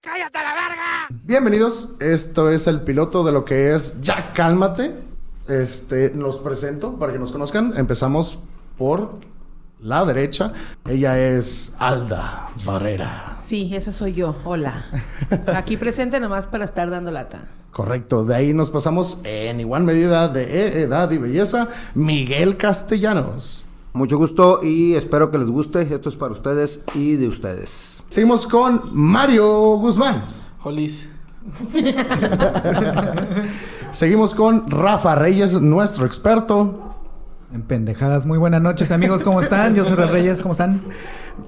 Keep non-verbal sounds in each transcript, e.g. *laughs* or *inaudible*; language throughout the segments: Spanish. ¡Cállate a la verga! Bienvenidos, esto es el piloto de lo que es Ya Cálmate. Este, los presento para que nos conozcan. Empezamos por la derecha. Ella es Alda Barrera. Sí, esa soy yo. Hola. Aquí presente nomás para estar dando lata. Correcto, de ahí nos pasamos en igual medida de E, edad y belleza, Miguel Castellanos. Mucho gusto y espero que les guste. Esto es para ustedes y de ustedes. Seguimos con Mario Guzmán. Jolis. *laughs* Seguimos con Rafa Reyes, nuestro experto. En pendejadas. Muy buenas noches, amigos. ¿Cómo están? Yo soy Rafa Reyes. ¿Cómo están?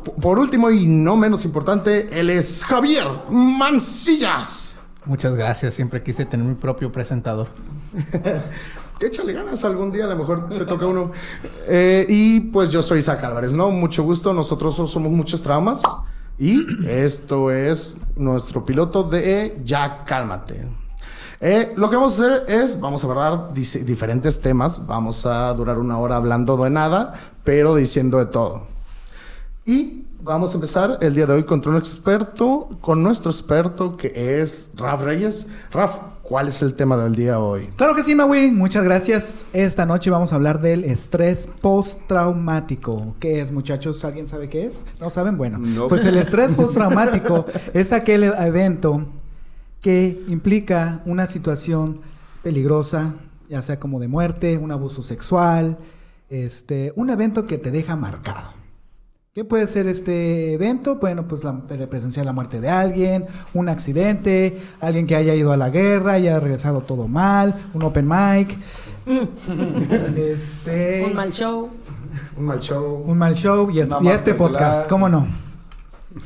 P- Por último y no menos importante, él es Javier Mancillas. Muchas gracias, siempre quise tener mi propio presentador. Échale ganas algún día, a lo mejor te toca uno. Eh, y pues yo soy Isaac Álvarez, ¿no? Mucho gusto, nosotros so- somos muchas tramas. Y esto es nuestro piloto de eh, Ya Cálmate. Eh, lo que vamos a hacer es, vamos a abordar dis- diferentes temas. Vamos a durar una hora hablando de nada, pero diciendo de todo. Y vamos a empezar el día de hoy contra un experto, con nuestro experto que es Raf Reyes. Raf, ¿cuál es el tema del día de hoy? Claro que sí, Maui. Muchas gracias. Esta noche vamos a hablar del estrés postraumático. ¿Qué es, muchachos? ¿Alguien sabe qué es? ¿No saben? Bueno, No. pues el estrés postraumático es aquel evento que implica una situación peligrosa, ya sea como de muerte, un abuso sexual, este, un evento que te deja marcado. ¿Qué puede ser este evento? Bueno, pues la presencia de la muerte de alguien, un accidente, alguien que haya ido a la guerra, haya regresado todo mal, un open mic. *laughs* este, Un mal show. Un mal show. un mal show y, y Una este masterclass. podcast, ¿cómo no?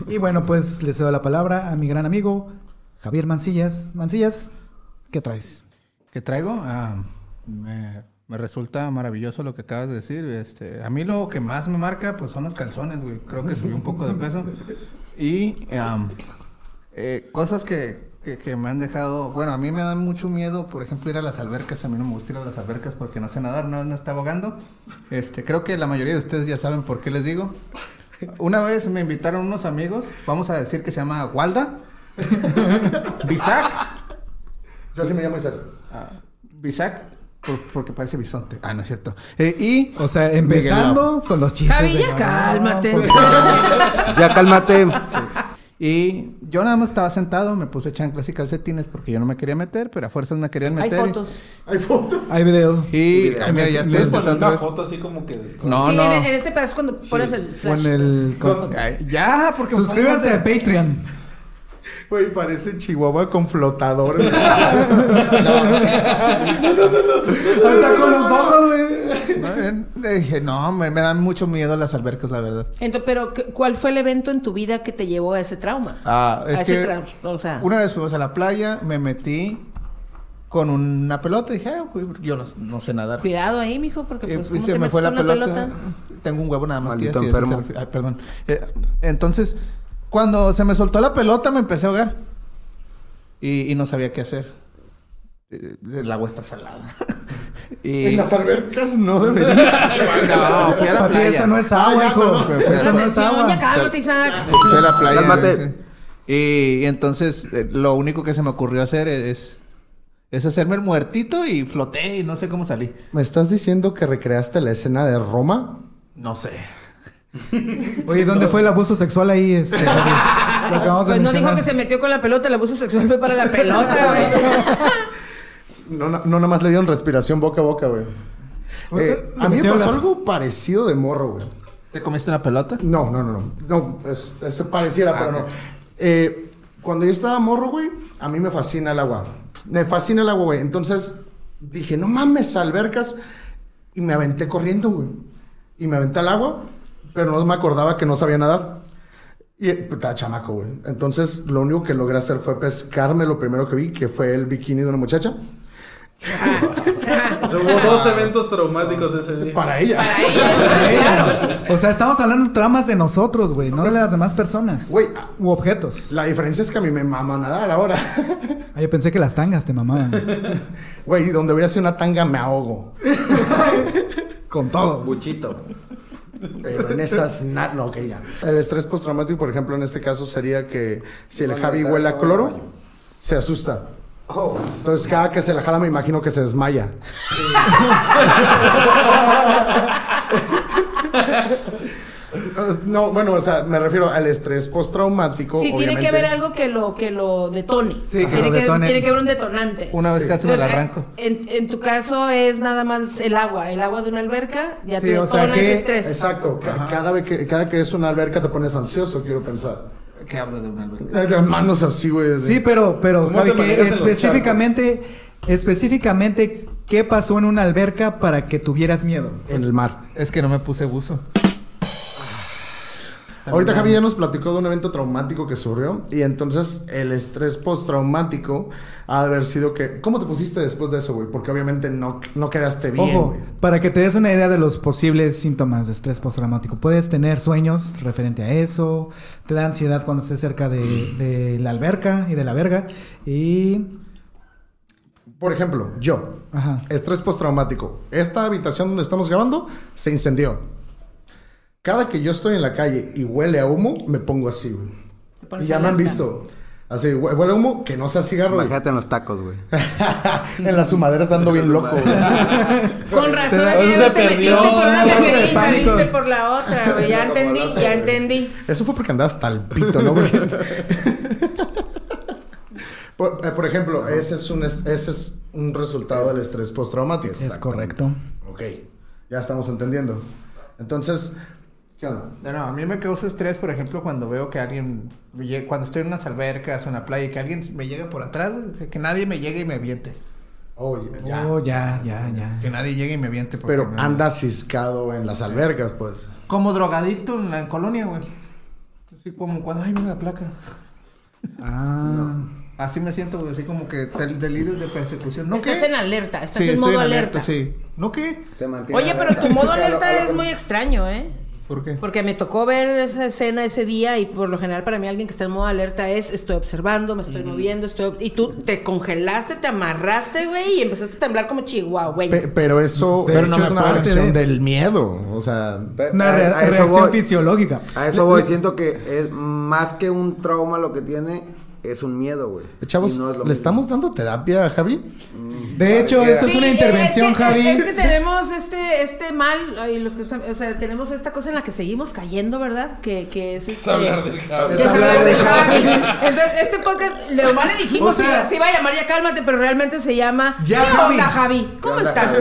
Y bueno, pues le cedo la palabra a mi gran amigo Javier Mancillas. Mancillas, ¿qué traes? ¿Qué traigo? Ah, me, me resulta maravilloso lo que acabas de decir. Este, a mí lo que más me marca pues son los calzones, güey. Creo que subí un poco de peso. Y am, eh, cosas que, que- que me han dejado... Bueno, a mí me dan mucho miedo, por ejemplo, ir a las albercas. A mí no me gusta ir a las albercas porque no sé nadar, no me estaba ahogando. Este, creo que la mayoría de ustedes ya saben por qué les digo. Una vez me invitaron unos amigos, vamos a decir que se llama Walda, *laughs* Bisac. Yo así me llamo Isaac. Ah, Bisac, por- porque parece bisonte. Ah, no es cierto. Eh, y O sea, empezando con los chistes. Javi, de- ya No, cálmate. por- Ya cálmate. y yo nada más estaba sentado, me puse chanclas y calcetines porque yo no me quería meter, pero a fuerzas me querían Hay meter. y- fotos. Hay fotos. Hay video. Y, ay, mira, ya estoy Les mandé empezando una otra vez. foto así como que... de- No, sí, no. En, en este pedazo es cuando pones el flash. Con el... con- Ay, ya, porque me Suscríbanse a pongo- Patreon. Güey, parece Chihuahua con flotadores. *laughs* Hasta con los ojos, güey. No, eh, le dije, no, me, me dan mucho miedo las albercas, la verdad. Ento- pero, ¿cu- ¿cuál fue el evento en tu vida que te llevó a ese trauma? Ah, es a ese que- tra- o sea, Una vez fuimos a la playa, me metí con una pelota y dije, "Ah, güey, yo no, no sé nadar. cuidado ahí, mijo, porque Eh, pues, pues, ¿cómo se te me fue la metes con pelota. una Tengo un huevo nada más. Maldito así es, enfermo. es el- ay, perdón. Eh, entonces, cuando se me soltó la pelota, me empecé a ahogar. Y, y no sabía qué hacer. Eh, el agua está salada. En *laughs* y... *laughs* las albercas no debería. No, fui a la Papi, playa. eso no es agua, hijo. Pero Eso no Atención, es ya agua. cálmate, Isaac. Fui a la playa. Cálmate. dije. Y, y entonces, eh, lo único que se me ocurrió hacer es... Es hacerme el muertito y floté y no sé cómo salí. ¿Me estás diciendo que recreaste la escena de Roma? No sé. Oye, ¿dónde fue el abuso sexual ahí? Este, Javi? Lo acabamos de Pues no dijo mencionar. que se metió con la pelota, el abuso sexual fue para la *laughs* pelota, güey. No, no, no, nada más le dieron respiración boca a boca, güey. Eh, a mí me Metió pasó la- algo parecido de morro, güey. ¿Te comiste una pelota? No, no, no, no. No, es, es pareciera, Ah, pero no. ok. Eh, cuando yo estaba morro, güey, a mí me fascina el agua. Me fascina el agua, güey. Entonces dije, no mames, albercas. Y me aventé corriendo, güey. Y me aventé al agua, pero no me acordaba que no sabía nadar. Y eh, pues, estaba chamaco, güey. Entonces lo único que logré hacer fue pescarme lo primero que vi, que fue el bikini de una muchacha. O sea, hubo dos eventos traumáticos ese día. Para ella. Para ella, claro. O sea, estamos hablando de tramas de nosotros, güey, no de las demás personas. Güey. U objetos. La diferencia es que a mí me mama nadar ahora. *laughs* Ah, yo pensé que las tangas te mamaban. Güey, donde hubiera sido una tanga me ahogo. Con todo. Buchito. Pero en esas, na- no, que ya. El estrés postraumático, por ejemplo, en este caso sería que si el Cuando Javi está huele a en el cloro, baño. Oh. se asusta. Entonces, cada que se la jala, me imagino que se desmaya. *laughs* no, bueno, o sea, me refiero al estrés postraumático. Sí, tiene que obviamente. haber algo que lo, que lo detone. Sí, que tiene, lo que, detone. tiene que haber un detonante. Una vez casi me Entonces, la eh, arranco. En, en tu caso es nada más el agua, el agua de una alberca, ya Sí, te o sea detona que- ese estrés. Exacto, ca- cada vez que cada que es una alberca te pones ansioso, quiero pensar. ¿Qué habla de una alberca? Eh, Las manos así, güey. así. Sí, pero, pero ¿Cómo Javi, te que manejas en los específicamente, específicamente, ¿qué pasó en una alberca para que tuvieras miedo? en el mar. Es que no me puse buzo. Ahorita Javi ya nos platicó de un evento traumático que surgió y entonces el estrés postraumático ha de haber sido que ¿Cómo te pusiste después de eso, güey? Porque obviamente no, no quedaste bien, Ojo, güey. para que te des una idea de los posibles síntomas de estrés postraumático, puedes tener sueños referente a eso, te da ansiedad cuando estés cerca de, de la alberca y de la verga, y... Por ejemplo, yo, Ajá. estrés postraumático. Esta habitación donde estamos grabando se incendió. Cada que yo estoy en la calle y huele a humo, me pongo así, güey. Te pones Y ya me han alerta. visto. Así, hue- huele a humo, que no sea cigarro. güey. Imagínate en los tacos, güey. *laughs* en las sumaderas ando *laughs* bien loco. Con razón, Te- aquella se vez te metiste perdió. por una Ataque de tejería y pánico. saliste por la otra, güey. Ya entendí, ya entendí. Eso fue porque andabas hasta el pito, ¿no? Porque- *laughs* por, eh, por ejemplo, ese es, un est- ese es un resultado del estrés postraumático. Es correcto. Ok, ya estamos entendiendo. Entonces, ¿qué onda? No, no, a mí me causa estrés, por ejemplo, cuando veo que alguien, me lle- cuando estoy en unas albercas o en la playa, y que alguien me llegue por atrás, güey, o sea, que nadie me llegue y me aviente. Oh, ya. Oh, ya, ya, ya. Que nadie llegue y me aviente. porque Pero me- anda ciscado en las albergas, pues. Como drogadicto en la colonia, güey. Así como cuando, ay, mira la placa. Ah, Así me siento, güey, así como que del- delirios de persecución. ¿No estás qué? en alerta, estás Sí, en estoy modo en alerta. Sí. ¿No qué? Oye, pero tu modo alerta es muy extraño, ¿eh? ¿Por qué? Porque me tocó ver esa escena ese día y por lo general para mí alguien que está en modo alerta es estoy observando, me estoy moviendo, estoy y tú te congelaste, te amarraste, güey, y empezaste a temblar como chihuahua. Pe- pero eso, Pero eso no me es una parte reacción de- del miedo. O sea, una re- a, a eso reacción voy, fisiológica. a eso voy. Siento que es más que un trauma lo que tiene, es un miedo, güey. Eh, chavos, Y no es lo ¿le mismo. estamos dando terapia a Javi? De hecho, eso es Sí, una eh, intervención, es que- Javi. Es *laughs* que tenemos este, este mal, ay, los que están- o sea, tenemos esta cosa en la que seguimos cayendo, ¿verdad? Que, que es, este- hablar del Javi. que Es es hablar hablar del del Javi. Entonces, este podcast, le mal le dijimos O sea- que iba- se iba a llamar Ya Cálmate, pero realmente se llama Ya, ¿Qué Javi. onda, Javi? ¿Cómo estás?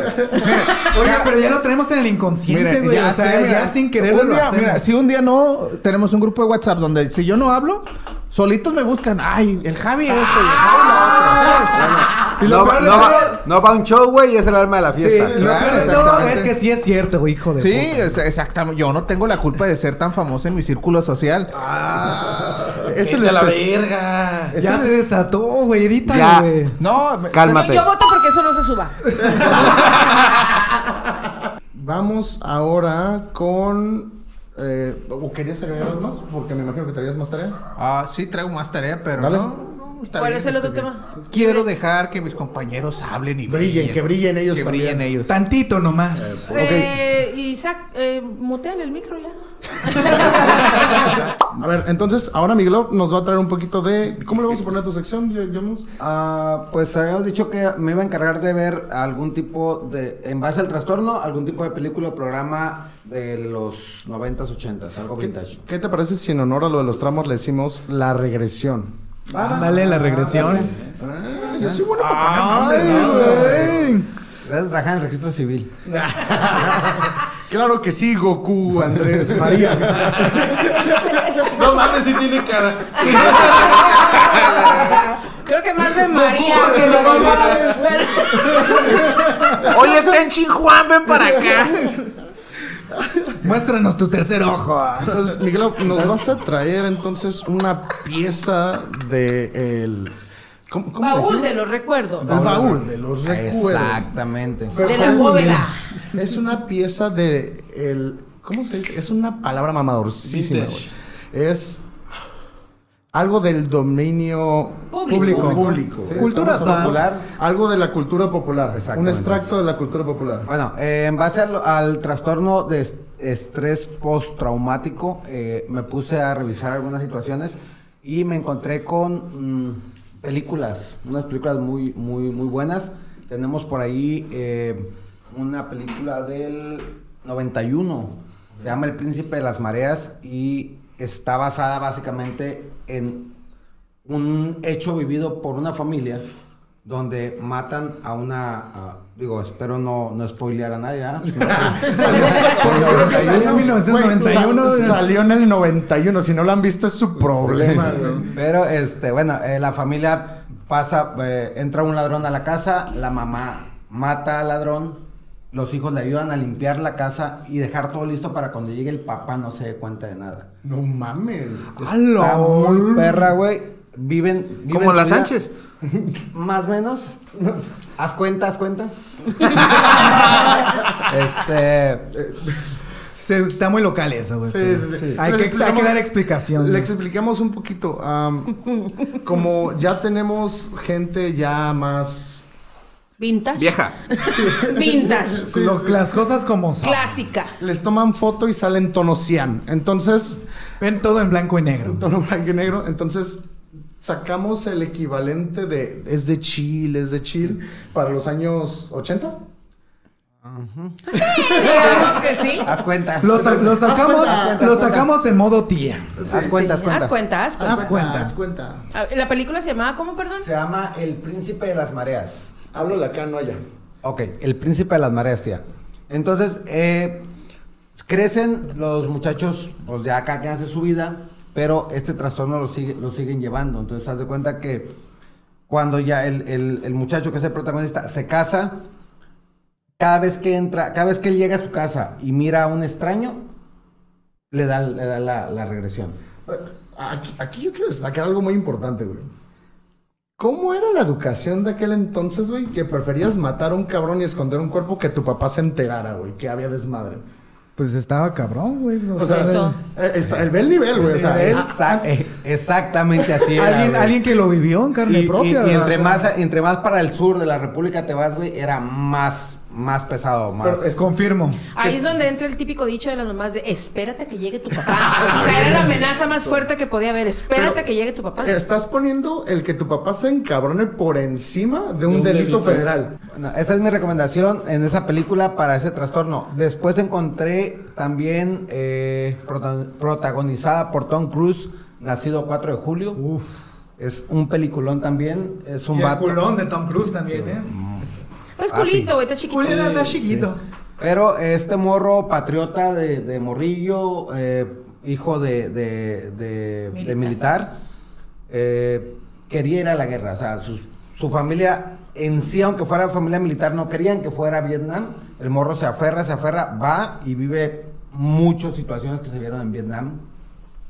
Oye, pero ya lo tenemos en el inconsciente, Miren, güey. O sé, sea, mira, ya sin querer un lo día, hacemos. Mira, si un día no, tenemos un grupo de WhatsApp donde si yo no hablo, solitos me buscan. Ay, el Javi es este. y el Javi no". Y lo No, va- peor de no va- todo- no va a un show, güey, y es el alma de la Sí, fiesta. lo Claro, peor de todo exactamente. es que sí es cierto, güey, hijo de Sí, puta. es- exactamente. Yo no tengo la culpa de ser tan famoso en mi círculo social. Es el Vete a la espe- verga. Ya se desató, güey, edítalo, Ya. güey. No, me- Cálmate. Yo voto porque eso no se suba. Vamos ahora con. eh, ¿O querías agregar algo más? Porque me imagino que traías más tarea. Ah, sí traigo más tarea, pero Dale. no. no, está ¿Cuál bien, es el está otro bien. tema? Quiero dejar que mis compañeros hablen y Brillen, que brillen ellos Que también. brillen ellos. Tantito nomás. Eh, Isaac, eh, muteale el micro ya. *laughs* A ver, entonces ahora Miguel nos va a traer un poquito de. ¿Cómo le vamos a poner a tu sección? Yo, yo- Ah, pues habíamos dicho que me iba a encargar de ver algún tipo de, en base al trastorno, algún tipo de película o programa de los 90s, 80s, algo vintage. ¿Qué te parece si en honor a lo de los tramos le decimos la regresión? Eh, Dale la regresión. yo soy bueno Gracias, trabajar en el registro civil. Claro que sí, Goku, Andrés, María. No mames, sí tiene cara. Creo que más de María que de Oye, Tenchin Juan, ven para acá. Muéstranos tu tercer ojo. ah. Entonces, Miguel, nos vas a traer entonces una pieza de el. ¿Cómo, cómo le Baúl dijimos? de los recuerdos. El baúl de los recuerdos. Exactamente. De la bóveda. Es una pieza de el ¿cómo se dice? Es una palabra mamadorcísima, güey. Es algo del dominio Público. público. Sí, cultura estamos hablando- popular, algo de la cultura popular, un Exactamente. extracto de la cultura popular. Bueno, eh, en base al, al trastorno de est- estrés postraumático, eh, me puse a revisar algunas situaciones y me encontré con mm, películas, unas películas muy, muy, muy buenas. Tenemos por ahí eh, una película del 91, se llama El Príncipe de las Mareas y está basada básicamente en un hecho vivido por una familia donde matan a una... a- digo, espero no, no spoilear a nadie. ¿ah? pues, Salió en 1991. Güey, sal- salió en el 91. Si no lo han visto, es su problema, güey. Pero, este, bueno, eh, la familia pasa, eh, entra un ladrón a la casa, la mamá mata al ladrón, los hijos le ayudan a limpiar la casa y dejar todo listo para cuando llegue el papá no se dé cuenta de nada. No mames. Está muy perra, güey. Viven, viven Como la su vida- Sánchez. *laughs* Más menos. Haz cuenta, haz *laughs* cuenta. este. eh, Se- está muy local eso, güey. Sí, sí, sí. Les Hay, que, hay explicamos- que dar explicación. Le güey. explicamos un poquito. am, como ya tenemos gente ya más. Vintage. Vieja. Vintage. Lo- Las cosas como *laughs* son. Clásica. Les toman foto y salen tono cian. Entonces, Ven todo en blanco y negro. tono *laughs* blanco y negro. Entonces, sacamos el equivalente de. Es de chill, es de chill. Para los años 80. Digamos que sí. Haz cuenta. Lo, sa- lo sacamos, cuenta, haz cuenta, lo haz sacamos en modo tía. haz cuenta, Sí, haz cuenta. Haz cuenta, haz cuenta. Haz cuenta. Haz cuenta. A ver, La película se llamaba ¿cómo, perdón? Se llama El Príncipe de las Mareas. Háblale acá, no allá. Ok, el príncipe de las mareas, tía. Entonces, eh, crecen los muchachos, pues ya acá que hace su vida, pero este trastorno lo, sigue, lo siguen llevando. Entonces, haz de cuenta que cuando ya el, el- el muchacho que es el protagonista se casa, cada vez que entra, cada vez que él llega a su casa y mira a un extraño, le da, le da la, la regresión. Aquí, aquí yo quiero destacar algo muy importante, güey. ¿Cómo era la educación de aquel entonces, güey? Que preferías matar a un cabrón y esconder un cuerpo que tu papá se enterara, güey, que había desmadre. Pues estaba cabrón, güey. o O sea, sea, Eso. Ah, eh, está- el ve el nivel, güey. O sea, es- Exa- eh, exactamente así era, Ah, alguien, güey. alguien que lo vivió en carne Y, propia. y- y entre ¿verdad? más entre más para el sur de la República te vas, güey, era más más pesado, más. Pero es- Confirmo. Ahí es donde entra el típico dicho de las mamás de espérate que llegue tu papá. o sea, era la amenaza más fuerte que podía haber. Espérate Pero- que llegue tu papá. estás poniendo el que tu papá se encabrone por encima de un, de un delito, delito. federal. Bueno, esa es mi recomendación en esa película para ese trastorno. Después encontré también eh, prota- protagonizada por Tom Cruise, nacido 4 de julio. Uf. Es un peliculón también, es un Y el vato. culón de Tom Cruise también, ¿eh? Es Pues culito, güey, está chiquito. Culera, está chiquito. Pero este morro patriota de, de Morrillo, eh, hijo de, de- de- de militar, eh, quería ir a la guerra. O sea, su, su familia en sí, aunque fuera familia militar, no querían que fuera a Vietnam. El morro se aferra, se aferra, va y vive muchas situaciones que se vieron en Vietnam.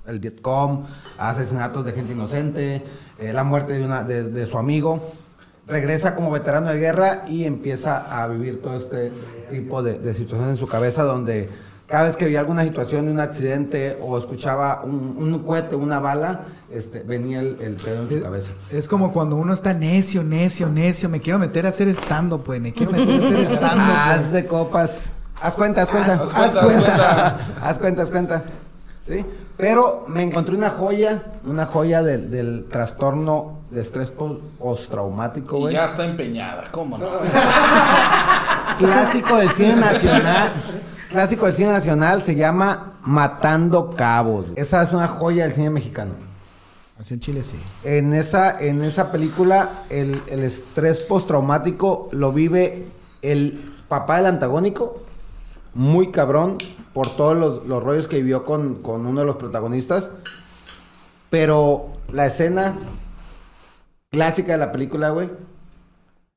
El Vietcom, asesinatos de gente inocente, eh, la muerte de, una, de, de su amigo. Regresa como veterano de guerra y empieza a vivir todo este tipo de, de situaciones en su cabeza donde cada vez que veía alguna situación, un accidente o escuchaba un, un cohete, una bala, este, venía el, el pedo en su cabeza. Es como cuando uno está necio, necio, necio. Me quiero meter a hacer estando, pues. Me quiero meter a hacer estando. Haz de copas. Haz cuenta, haz cuenta. Haz cuenta, haz cuenta. Haz cuenta, haz cuenta. Sí. Pero me encontré una joya, una joya del, del trastorno de estrés pos- postraumático, Y güey. ya está empeñada, ¿cómo no? *laughs* Clásico del cine nacional. Clásico del cine nacional se llama Matando Cabos. Esa es una joya del cine mexicano. Así en Chile sí. En esa, en esa película, el, el estrés postraumático lo vive el papá del antagónico, muy cabrón, por todos los, los rollos que vivió con, con uno de los protagonistas. Pero la escena clásica de la película, güey,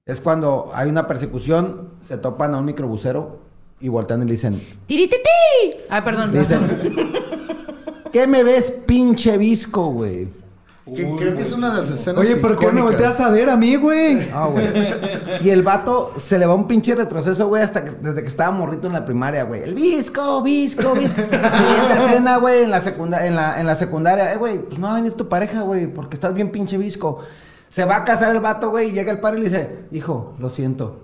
es cuando hay una persecución, se topan a un microbusero y voltean y le dicen, ¡Tirititi! Ah, perdón. le dicen ¿qué me ves, pinche visco, güey? Que creo que es una de las escenas. Oye, ¿por qué me icónicas. volteas a ver a mí, güey? Ah, güey. Y el vato se le va un pinche retroceso, güey, hasta que, desde que estaba morrito en la primaria, güey. El visco, visco, visco. Siguiente escena, güey, en la, secunda- en, la, en la secundaria. Eh, güey, pues no va a venir tu pareja, güey, porque estás bien pinche visco. Se va a casar el vato, güey, y llega el padre y le dice, hijo, lo siento.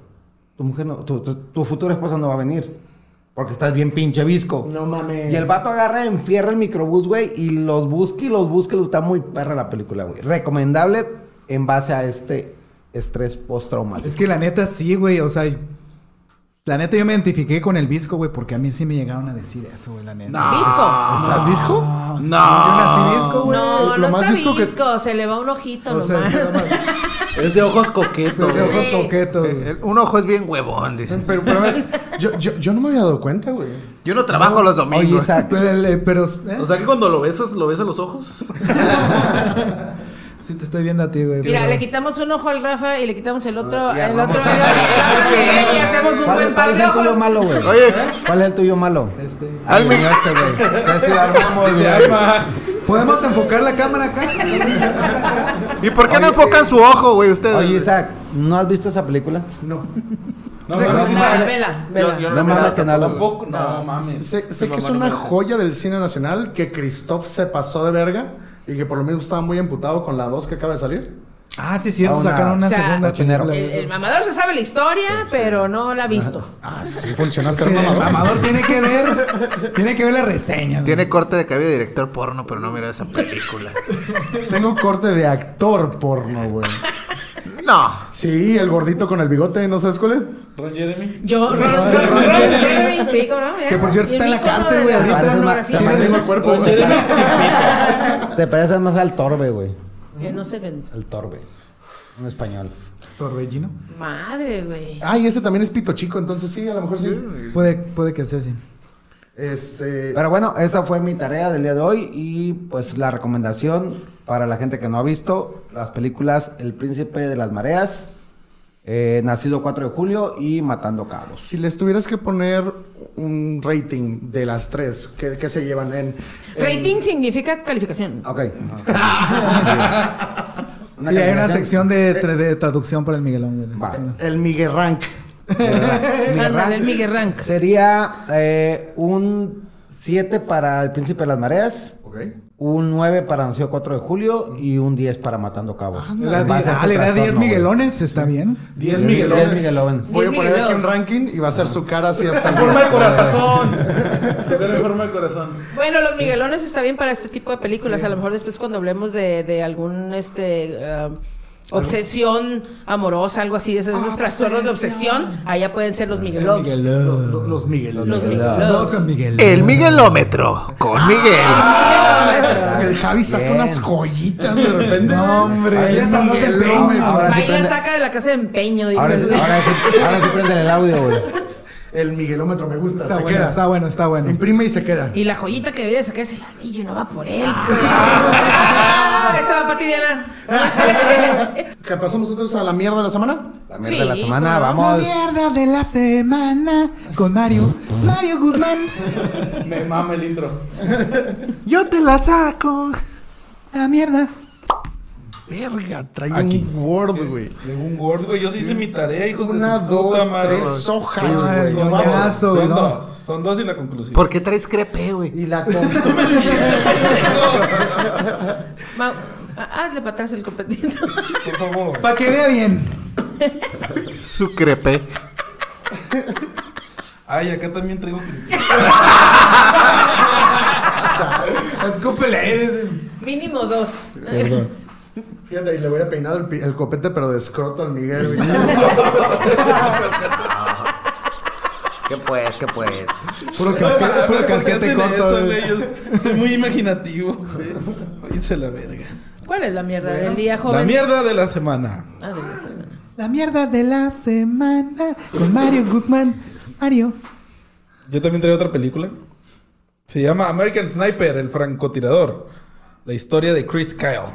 Tu mujer no, tu, tu- tu futura esposa no va a venir. Porque estás bien pinche visco. No mames. Y el vato agarra, enfierra el microbús, güey, y los busca y los busca. y los- Está muy perra la película, güey. Recomendable en base a este estrés postraumático. Es que la neta sí, güey. O sea, la neta yo me identifiqué con el visco, güey, porque a mí sí me llegaron a decir eso, güey, la neta. No. Visco. ¿Estás disco? No, sí, No. yo nací visco, güey. lo No, no más está visco que- visco, se le va un ojito O sea, nomás. *laughs* nada más. Es de ojos coquetos. Los de ojos Sí. coquetos. Eh, güey. El- un ojo es bien huevón, dice. Pero, *laughs* pero a ver, yo, yo, yo no me había dado cuenta, güey. Yo no trabajo los Oye, domingos. Isaac, Pero, el- eh, pero, eh, O sea que cuando lo besas, lo besas los ojos. *laughs* sí te estoy viendo a ti, güey. Mira, pero- le quitamos un ojo al Rafa y le quitamos el otro, Ya, el vamos. otro, el otro, el otro a Miguel y hacemos un ¿Cuál, buen cuál par es de el tuyo ojos. malo, güey? Oye. ¿Cuál es el tuyo malo? Este, Ay, Al mi- no, este, güey. Ya se armamos, Se güey. arma. ¿Podemos enfocar la cámara acá? ¿Y por qué Oye, no enfocan su ojo, güey, ustedes? Oye, Isaac, ¿no has visto esa película? No. No, Recomendada, mames. vela, vela. Yo- yo No mames, me- que no lo- tampoco- No mames. Sé, sé Se que es mamaron, una güey. joya del cine nacional que Christoph se pasó de verga y que por lo mismo estaba muy emputado con la 2 que acaba de salir. Ah, sí, es cierto. A una- sacaron una o sea, segunda cochinero. película. de El, eso. el mamador se sabe la historia, pero no la ha visto. Ah, sí, funciona Que ser El mamador. mamador tiene que ver, tiene que ver la reseña. Tiene corte de cabello de director porno, pero no mira esa película. Tengo corte de actor porno, güey. no. Sí, el gordito con el bigote, ¿no sabes cuál es? Ron Jeremy. Yo, Ron, Ron, Ron Jeremy, sí, cómo no. ya. Que por cierto Y está un en la ícono cárcel, de güey, ahorita. pornografía. La mantengo el cuerpo. Ron Jeremy sí, Te pareces más al Torbe, güey. Que no se vende. El Torbe. Un español. Torbellino. Madre, güey. Ay, ese también es pito chico, entonces sí, a lo mejor sí. Puede, puede que sea así. Este. Pero bueno, esa fue mi tarea del día de hoy y pues la recomendación para la gente que no ha visto las películas El Príncipe de las Mareas, eh, Nacido 4 de Julio y Matando Cabos. Si les tuvieras que poner un rating de las tres que, que se llevan en. en- Rating significa calificación. Ah, Ok. *laughs* sí, hay una sección de, tra- de traducción para el Miguelón. güey. Va. El Miguel Rank. *laughs* Ándale, el Miguel Rank. Sería eh, un 7 para El Príncipe de las Mareas. Ok. Un 9 para Nacido 4 de Julio y un 10 para Matando Cabos. La- En base a ah, este le da trastorno, 10 güey. Miguelones, está bien. 10 Diez Miguelones. Miguelones. Voy a Diez poner aquí un Miguelones. ranking y va a ser su cara así hasta En el forma *laughs* de corazón. Se ve en forma de corazón. Bueno, los Miguelones está bien para este tipo de películas. A lo mejor después cuando hablemos de, de algún este ah, obsesión amorosa, algo así, de esos, Ah, esos trastornos de obsesión, allá pueden ser los Miguelones. Los, los- los Miguelones. Los Vamos con Miguelones. Miguel. El Miguelómetro con Miguel. El Javi saca Bien. unas joyitas de repente. No, hombre, Ay, ya son dos Miguel, empeños. hombre. Ahora sí Baila, prende- saca de la casa de empeño. dice. Ahora, sí- ahora sí, ahora sí prenden el audio, güey. El Miguelómetro me gusta. Está se bueno, queda. está bueno, está bueno. Imprime y se queda. Y la joyita que debería sacar es el anillo y no va por él. pues. *laughs* Ah, Esta va para ti, Diana. *laughs* ¿Qué pasó nosotros a la mierda de la semana? La mierda de la Sí, semana, ¿cómo La vamos. mierda de la semana con Mario, Mario Guzmán. Me mama el intro. Yo te la saco. La mierda. Verga, trae un Word, güey. Llegó un gordo, güey. Yo sí hice mi tarea, hijos Una, de su puta dos, madre. tres hojas, Ah, güey. el Son, dos, goñazo, son ¿no? dos. Son dos y la conclusión. ¿Por qué traes crepe, güey? Y la con- Ma- ah, Hazle para atrás el competito. Por favor. Para que vea bien. Su crepe. Ay, acá también traigo que- Escúpele. eh. *laughs* Mínimo dos. *laughs* Fíjate, y le voy a peinar el, pi- el copete, pero de escroto al Miguel, güey. ¿Qué pues? ¿Qué pues? *laughs* Puro casquete, puro ¿Por qué casquete hacen corto. eso, güey. güey? Yo soy muy imaginativo. Hice la verga. ¿Cuál es la mierda del día, joven? La mierda de la semana. Ah, de la semana. La mierda de la semana con Mario Guzmán. Mario. Yo también traía otra película. Se llama American Sniper, el francotirador. La historia de Chris Kyle.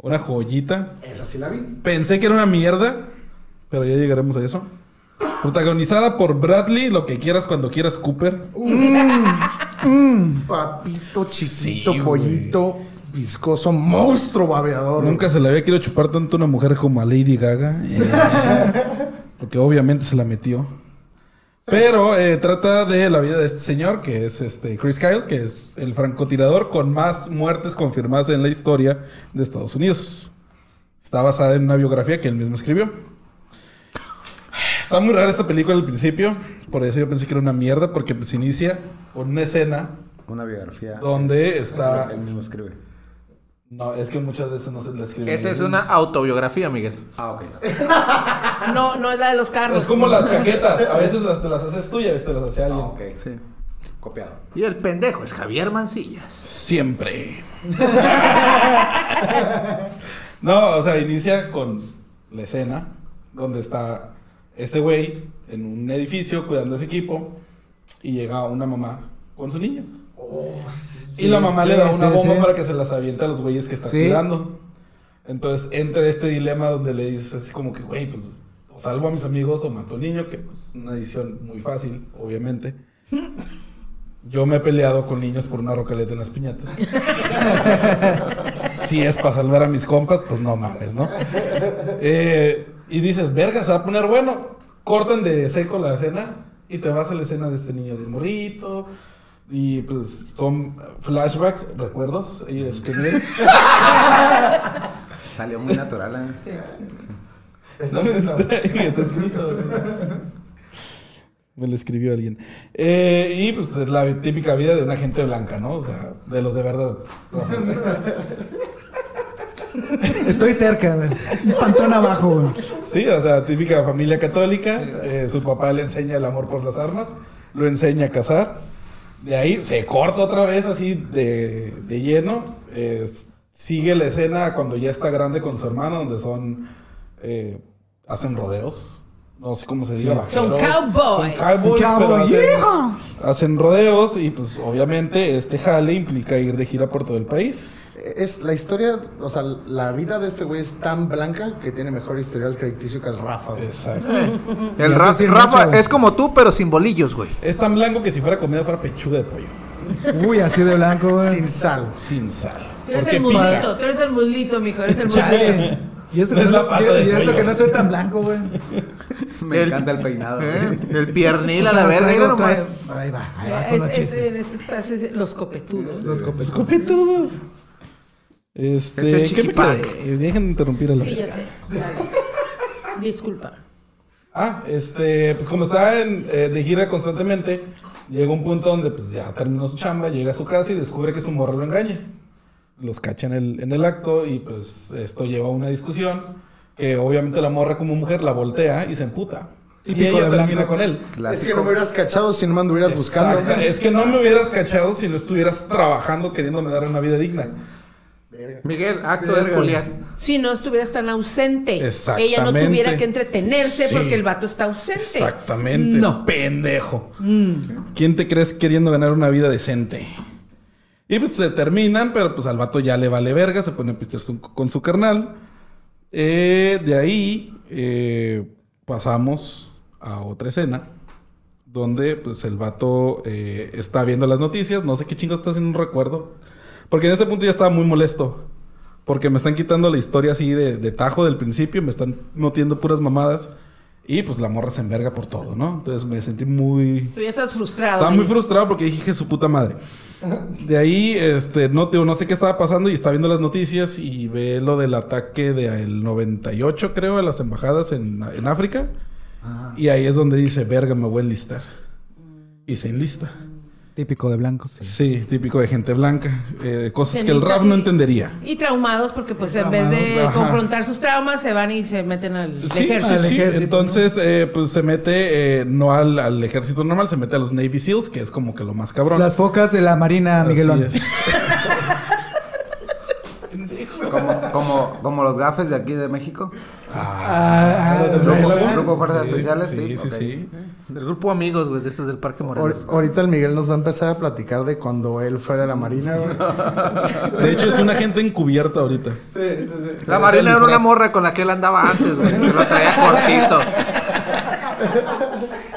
Una joyita. Esa sí la vi. Pensé que era una mierda, pero ya llegaremos a eso. Protagonizada por Bradley, lo que quieras cuando quieras, Cooper. Papito, chiquito, Sí, güey. pollito, viscoso, monstruo babeador. Nunca se le había querido chupar tanto a una mujer como a Lady Gaga. eh, porque obviamente se la metió. Pero eh, trata de la vida de este señor, que es este Chris Kyle, que es el francotirador con más muertes confirmadas en la historia de Estados Unidos. Está basada en una biografía que él mismo escribió. Está muy rara esta película al principio. Por eso yo pensé que era una mierda, porque se inicia con una escena Una biografía. donde está. Él mismo escribe. No, es que muchas veces no se la escribe. Esa es una autobiografía, Miguel. Ah, ok. No, no es la de los carros. Es como las chaquetas. A veces las, te las haces tú y a veces te las hace Ah, alguien. ok. Sí. Copiado. Y el pendejo es Javier Mancillas. Siempre. *laughs* no, o sea, inicia con la escena donde está este güey en un edificio cuidando a su equipo y llega una mamá con su niño. y la mamá sí, le da sí, una sí, bomba sí. para que se las avienta a los güeyes que está Sí. cuidando. Entonces entra este dilema donde le dices así como que, güey, pues o salvo a mis amigos o mato al niño, que pues, es una decisión muy fácil, *laughs* obviamente. Yo me he peleado con niños por una rocaleta en las piñatas. *laughs* si es para salvar a mis compas, pues no mames, ¿no? Eh, y dices, verga, se va a poner bueno. Cortan de seco la escena y te vas a la escena de este niño del morrito. Y pues son flashbacks, recuerdos. Y este, Salió muy natural, ¿eh? No me *laughs* distraigan, está escrito. Me lo escribió alguien. Eh, y pues es la típica vida de una gente blanca, ¿no? O sea, de los de verdad. Estoy cerca, güey. Un pantón abajo, güey. Sí, o sea, típica familia católica. Eh, su papá le enseña el amor por las armas, lo enseña a cazar. De ahí se corta otra vez así de, de lleno. Eh, s- sigue la escena cuando ya está grande con su hermano, donde son. eh, hacen rodeos. No sé cómo se diga. Son vaqueros. cowboys. Son cowboys. Cowboy, pero hacen- yeah. hacen rodeos y pues obviamente este jale implica ir de gira por todo el país. Es la historia, o sea, la vida de este güey es tan blanca que tiene mejor historial crediticio que el Rafa, güey. Exacto. Mm. El eso Ra- sí es Rafa mucho. es como tú, pero sin bolillos, güey. Es tan blanco que si fuera comida fuera pechuga de pollo. Uy, así de blanco, güey. Sin sal. Sin sal. *laughs* Tú eres Porque el pica. muslito, tú eres el muslito, mijo, eres el *laughs* muslito. Chale. Y eso, No que es no, la pata y- de y eso pollo. que no soy tan blanco, güey. Me El- encanta el *laughs* peinado. ¿Eh? güey. El piernil a Eso la lo verga. traigo, mira nomás. traigo- Ahí va, ahí Ah, va con los Es- es- chistes. es- es- es- Los copetudos. Los copes. Escopetudos. Es Este, el ¿qué me chiquipac. quedé? Dejen de interrumpir a la Sí, ya verga. sé. Disculpa. Ah, este, pues como está en, eh, de gira constantemente, llega un punto donde pues ya terminó su chamba, llega a su casa y descubre que su morra lo engaña. Los cacha en el, en el acto y pues esto lleva a una discusión que obviamente la morra como mujer la voltea y se emputa. Y Típico ella de termina blanco. con él. Es que no me hubieras cachado si no me anduvieras buscando. Exacto, Es que no me hubieras cachado si no estuvieras trabajando queriéndome dar una vida digna. Miguel, Ah, acto de espoliar. Si no estuvieras tan ausente, ella no Exactamente. tuviera que entretenerse Sí. porque el vato está ausente. Exactamente, No. pendejo. ¿Quién te crees queriendo ganar una vida decente? Y pues se terminan, pero pues al vato ya le vale verga, se pone a pistear su- con su carnal. Eh, de ahí eh, pasamos a otra escena donde pues el vato eh, está viendo las noticias, no sé qué chingo está haciendo, no recuerdo. Porque en ese punto ya estaba muy molesto. Porque me están quitando la historia así de, de tajo del principio, me están metiendo puras mamadas. Y pues la morra se enverga por todo, ¿no? Entonces me sentí muy... Tú ya estás frustrado. Estaba güey. muy frustrado porque dije, "Hija de su puta madre. De ahí, este, no, te- no sé qué estaba pasando y está viendo las noticias y ve lo del ataque del 98, creo, a las embajadas en, en África. Ah. Y ahí es donde dice, verga, me voy a enlistar. Y se enlista. Típico de blancos. sí. Sí, típico de gente blanca. Eh, cosas Se que el enlista rap no y- entendería. Y traumados porque pues en vez Traumados, de ajá. confrontar sus traumas se van y se meten al Sí, ejército. sí, sí. ejército, Entonces, eh, pues se mete eh, no al, al ejército normal, se mete a los Navy SEALs, que es como que lo más cabrón. Las focas de la Marina, Así Miguelón. es. Como, como, como los gafes de aquí de México. Ah, ah, *laughs* Grupo, Mezcla. grupo de fuerzas Sí, especiales, sí, sí. sí, ok. sí. Del grupo Amigos, güey, de esos del Parque Morelos. Ahor- Ahorita el Miguel nos va a empezar a platicar de cuando él fue de la Marina, güey. De hecho, es una gente encubierta ahorita. La Marina era una morra con la que él andaba antes, güey. Se lo traía cortito.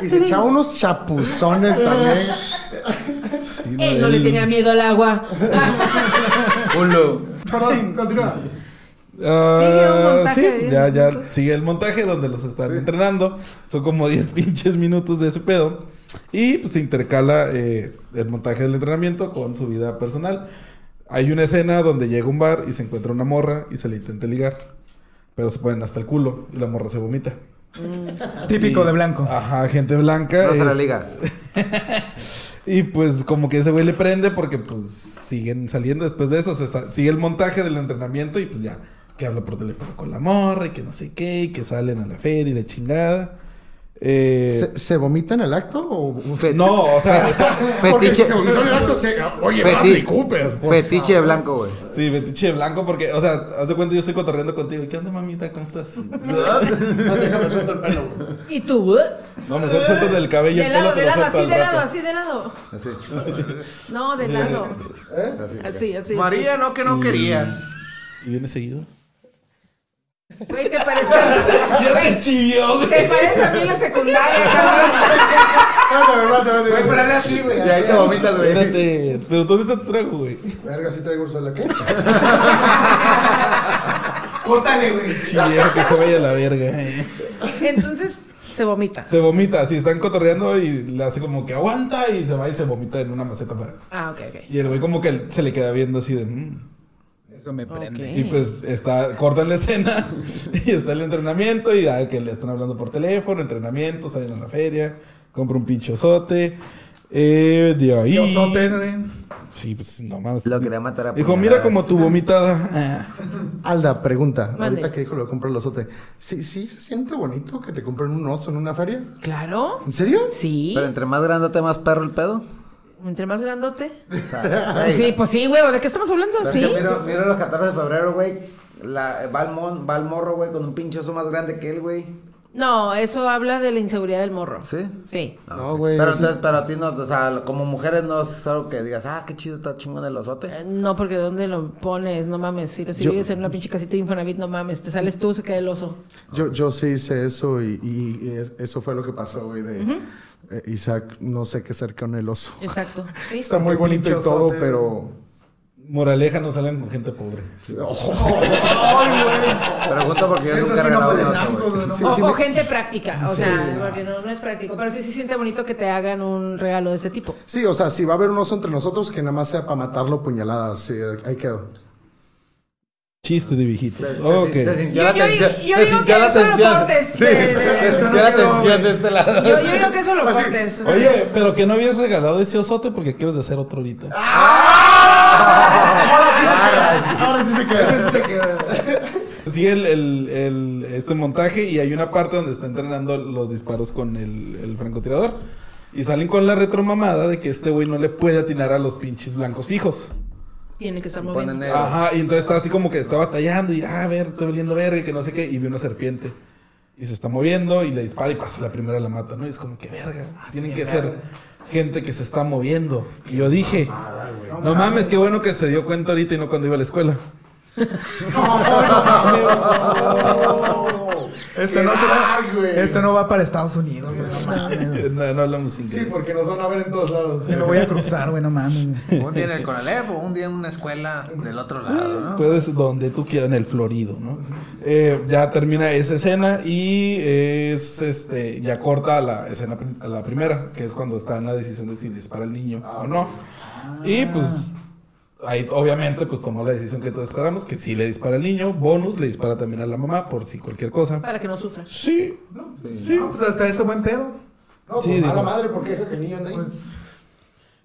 Y se echaba unos chapuzones también. Sí, Él Eh, no le él- tenía miedo al *laughs* agua. Perdón, continúa. Ah, Sigue un montaje sí, de- ya, ya sigue el montaje donde los están entrenando. Son como 10 *laughs* pinches minutos de ese pedo. Y pues se intercala eh, el montaje del entrenamiento con su vida personal. Hay una escena donde llega a un bar y se encuentra una morra y se le intenta ligar. Pero se ponen hasta el culo y la morra se vomita. Típico Y- de blanco. Ajá, gente blanca. No se la es- liga. Y pues como que ese güey le prende porque pues siguen saliendo después de eso. O sea, está- sigue el montaje del entrenamiento y pues ya. Que habla por teléfono con la morra y que no sé qué. Y que salen a la feria y la chingada. Eh, ¿Se, se vomita en el acto o...? No, o sea... *laughs* Porque si Fetiche, se vomitó en el acto, se... Oye, Feti- Bradley Cooper. por fetiche de blanco, güey. Sí, fetiche blanco porque, o sea, haz de cuenta yo estoy cotorreando contigo. ¿Qué onda, mamita? ¿Cómo estás? favor, Déjame soltar el pelo. güey. ¿Y tú? eh? No, mejor suéltate el cabello. De el pelo lado, te de lo lado, así, suelto al de rato. lado, así, de lado. Así. *laughs* No, de lado. ¿Eh? Así, así. María, no, que no querías. ¿Y viene seguido? así. Güey, ¿te parece? Ya se chivió, güey. ¿Te parece a mí la secundaria, cabrón? Espérate, espérate, espérate. así, güey. ahí te vomitas, güey. Espérate. ¿Pero dónde está tu trago, *laughs* güey? *laughs* Verga, sí traigo Ursula. ¿Qué? Córtale, güey. Chivieron que se vaya a la verga. eh. Entonces, se vomita. Se vomita, así están cotorreando y le hace como que aguanta y se va y se vomita en una maceta para. Ah, ok, ok. Y el güey como que se le queda viendo así de. "Mm". Eso me prende. Y pues está, cortan la escena *laughs* y está el entrenamiento y ya que le están hablando por teléfono, entrenamiento, salen a la feria, compra un pinche osote. Eh, de ahí. Yosotes, güey. Sí, pues nomás. Lo quería matar a Dijo, mira como tu vomitada. Ah. Alda, pregunta. Mande. Ahorita que dijo lo de comprar el osote. ¿Sí, ¿Sí se siente bonito que te compren un oso en una feria? Claro. ¿En serio? Sí. Pero entre más grandote, más perro el pedo. Entre más grandote. O sea, Sí, pues sí, güey. ¿De qué estamos hablando? Pero Sí. es que mira, mira los 14 de febrero, güey. La, va, el mon- va el morro, güey, con un pinchazo más grande que él, güey. No, eso habla de la inseguridad del morro. ¿Sí? Sí. No, güey, Pero, sí. entonces, pero a ti no, o sea, como mujeres no es algo que digas, ah, qué chido está chingón el Eh, osote. No, porque ¿dónde lo pones? No mames. Si, si Yo- vives en una pinche casita de Infonavit, no mames. Te sales tú, se cae el oso. Yo, yo sí hice eso y, y es- eso fue lo que pasó, güey, de eh, Isaac, no sé qué ser con el oso. Exacto. Sí. Está muy bonito y todo, pero... Moraleja, no salen con gente pobre. *laughs* Pregunto porque yo nunca he regalado un oso, güey. Sí, o, sí o me- gente práctica, o sea, porque no, no es práctico. Pero sí se siente bonito que te hagan un regalo de ese tipo. Sí, o sea, si va a haber un oso entre nosotros, que nada más sea para matarlo a puñaladas. Sí, ahí quedó. Chiste de viejitos. Se- se- ok. se sintió la Yo- yo- tensión. yo se digo sintió que la eso lo tensión. cortes, Sí, eh, *laughs* eh, se eso sintió la tensión de este lado. Yo, yo digo que eso lo cortes. Oye, pero que no habías regalado ese osote porque quieres hacer otro ahorita. Ahora sí se queda. Sigue el, el- el- este montaje y hay una parte donde está entrenando los disparos con el, el francotirador. Y salen con la retromamada de que este güey no le puede atinar a los pinches blancos fijos. Tiene que estar Me ponen moviendo. negro. Ajá, y entonces está así como que está batallando y, ah, a ver, estoy oliendo verga y que no sé qué. Y vi una serpiente. Y se está moviendo y le dispara y pasa la primera la mata, ¿no? Y es como que verga. Tienen que ser gente que se está moviendo. Y yo dije, no mames, qué bueno que se dio cuenta ahorita y no cuando iba a la escuela. Esto no, se va, esto no va para Estados Unidos, güey. Ah, No mames. *laughs* no, no hablamos Sí, inglés. porque nos van a ver en todos lados. Me lo voy a cruzar, güey, no mames. Un día en el Conalep, o un día en una escuela del otro lado, ¿no? Puedes donde tú quieras, en el Florido, ¿no? Eh, ya termina esa escena y es, este, ya corta a la escena, prim- a la primera, que es cuando está en la decisión de si dispara el niño o no. Y Ah. pues, ahí obviamente, pues tomó la decisión que todos esperamos, que si le dispara el niño, bonus, le dispara también a la mamá por si cualquier cosa. Para que no sufra. Sí, No, pues hasta eso buen pedo. No, Sí, pues, a digo. la madre, ¿por qué deja que el niño ande ahí?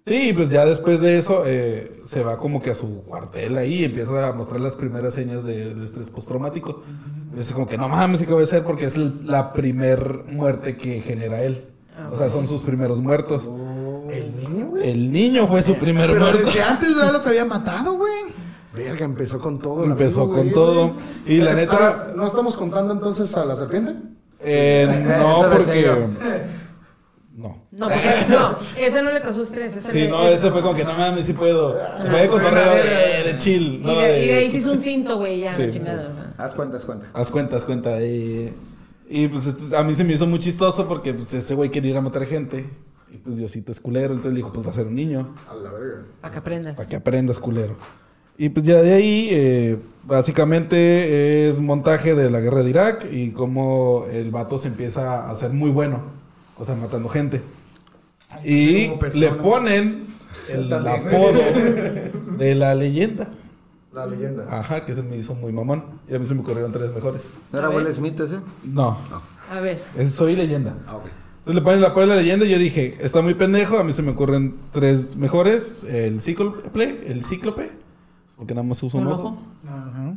Sí, pues ya después de eso eh, se va como que a su cuartel ahí y empieza a mostrar las primeras señas de, de estrés postraumático. Dice como que no mames, ¿qué voy a hacer? Porque es el- la primer muerte que genera él. O sea, son sus primeros muertos. ¿El niño, güey? Oh. El niño fue su *laughs* primer Pero muerto. desde antes ya los había matado, güey. Verga, empezó con todo. el Empezó amigo, con güey. todo. Y la Eh, neta, ah, ¿No estamos contando entonces a la serpiente? eh, no, Eso lo porque... *laughs* No. No, porque, no, ese no le causó estrés. Ese Sí, le- no, ese- ese Ah. fue como que no mames, sí puedo. Se fue de cotorreo eh, de chill. Y no de, y de de- ahí se hizo un cinto, güey, ya, Sí. la chingada. Haz cuenta, haz cuenta. Haz cuenta, haz cuenta. eh, y pues esto- a mí se me hizo muy chistoso porque pues, ese güey quería ir a matar gente. Y pues Diosito es culero, entonces le dijo, pues va a ser un niño. A la verga. Para que aprendas. Para que aprendas, culero. Y pues ya de ahí, eh, básicamente es montaje de la guerra de Irak y cómo el vato se empieza a hacer muy bueno. O sea, matando gente. Y como persona. le ponen el apodo de la leyenda. La leyenda. Ajá, que se me hizo muy mamón. Y a mí se me ocurrieron tres mejores. ¿No era A ver. Will Smith ese? No, A ver. es Soy Leyenda. Ah, ok. Entonces le ponen la Puebla Leyenda y yo dije, está muy pendejo, a mí se me ocurren tres mejores. El Cíclope, el Cíclope, porque nada más uso un, Un ojo. ojo. Ajá.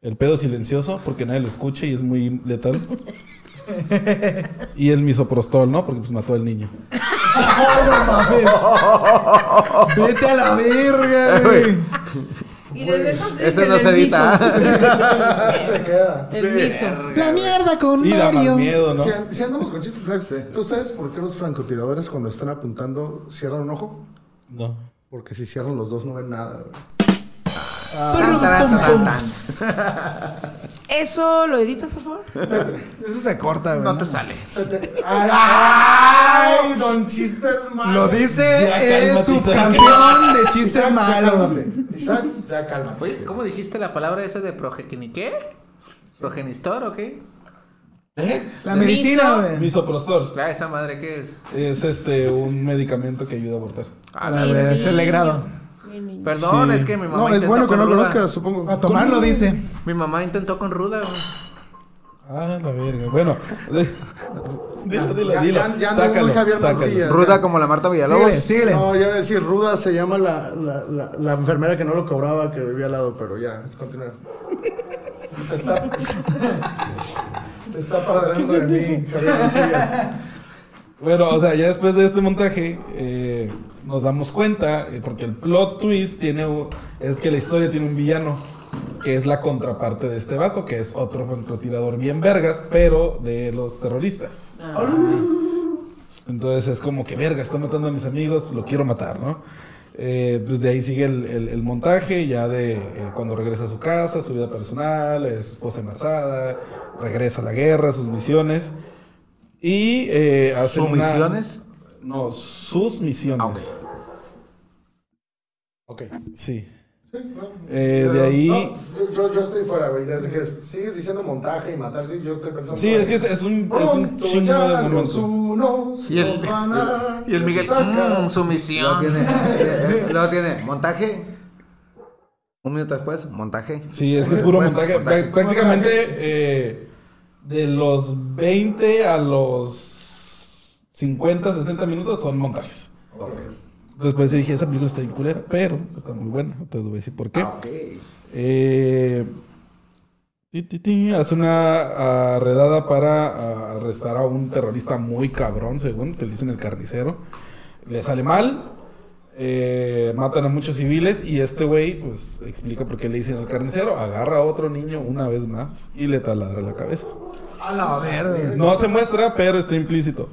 El pedo silencioso, porque nadie lo escucha y es muy letal. y el misoprostol, ¿no? Porque pues mató al niño. Vete a la *laughs* verga, güey. Y desde entonces. Ese Este el no se miso. edita. Ah, Se queda. El miso. La mierda con Sí, da Mario. más miedo, ¿no? Si, an- si andamos con chistes blancos, ¿tú sabes por qué los francotiradores cuando están apuntando cierran un ojo? No. Porque si cierran los dos no ven nada. güey. *laughs* Tan, tan, tan, tan. Eso lo editas, por favor. Eso se corta, güey. No te sale. ¡Ay, don chistes malos! Lo Ya dice el cálmate, subcampeón de chistes Isaac, ya malos. cálmate. Isaac, ya cálmate. Oye, ¿cómo dijiste la palabra esa de progeni qué? ¿Progenistor o qué? La medicina, Miso. güey. Misoprostol Claro, Ah, esa madre qué es. es este un medicamento que ayuda a abortar. Ah, Mi la- niño, celebrado. mi niño. Perdón, Sí. es que mi mamá No, es intentó bueno que con no ruda. conozcas, supongo. A tomarlo, dice. Mi mamá intentó con ruda. güey. Ah, la verga. Bueno, *laughs* de- dilo, dilo, Ya- dilo. ya- ya ando sácalo, muy Javier sácalo. Mancilla. Ruda como la Marta Villalobos. Síguele, síguele. No, yo iba a decir, Ruda se llama la, la, la, la enfermera que no lo cobraba, que vivía al lado, pero ya, continúa. Se está... Te está apoderando de mí, Javier Mancillas. Bueno, o sea, ya después de este montaje eh, nos damos cuenta, eh, porque el plot twist tiene, u- es que la historia tiene un villano, que es la contraparte de este vato, que es otro francotirador bien vergas, pero de los terroristas. Entonces es como que verga, está matando a mis amigos, lo quiero matar, ¿no? Eh, pues de ahí sigue el, el- el montaje, ya de eh, cuando regresa a su casa, su vida personal, eh, su esposa embarazada, regresa a la guerra, sus misiones. Y eh, hace ¿Sus una- misiones? No, sus misiones. Ah, ok. Ok. Sí. Sí, no. Eh, de Pero, ahí. no, yo, yo, yo estoy fuera, güey. Desde que sigues diciendo montaje y matar, sí, yo estoy pensando. Sí, es que es, es un, es un Pronto chingo ya de los momento. unos Y el- nos van a Y el Miguel, atacar. mm, Luego sumisión. tiene, eh, eh, luego tiene montaje. Un minuto después, montaje. Sí, es que es puro Bueno, montaje. montaje. Prá- Prácticamente eh, de los 20 a los 50, 60 minutos son montajes. Después yo dije, esa película está bien culera, pero está muy buena. Entonces voy a decir por qué. Ah, ok. Eh, ti, ti, ti, hace una ah, redada para ah, arrestar a un terrorista muy cabrón, según que le dicen el carnicero. Le sale mal, eh, matan a muchos civiles y este güey, pues, explica por qué le dicen el carnicero. Agarra a otro niño una vez más y le taladra la cabeza. A la verga. No se muestra, pero está implícito.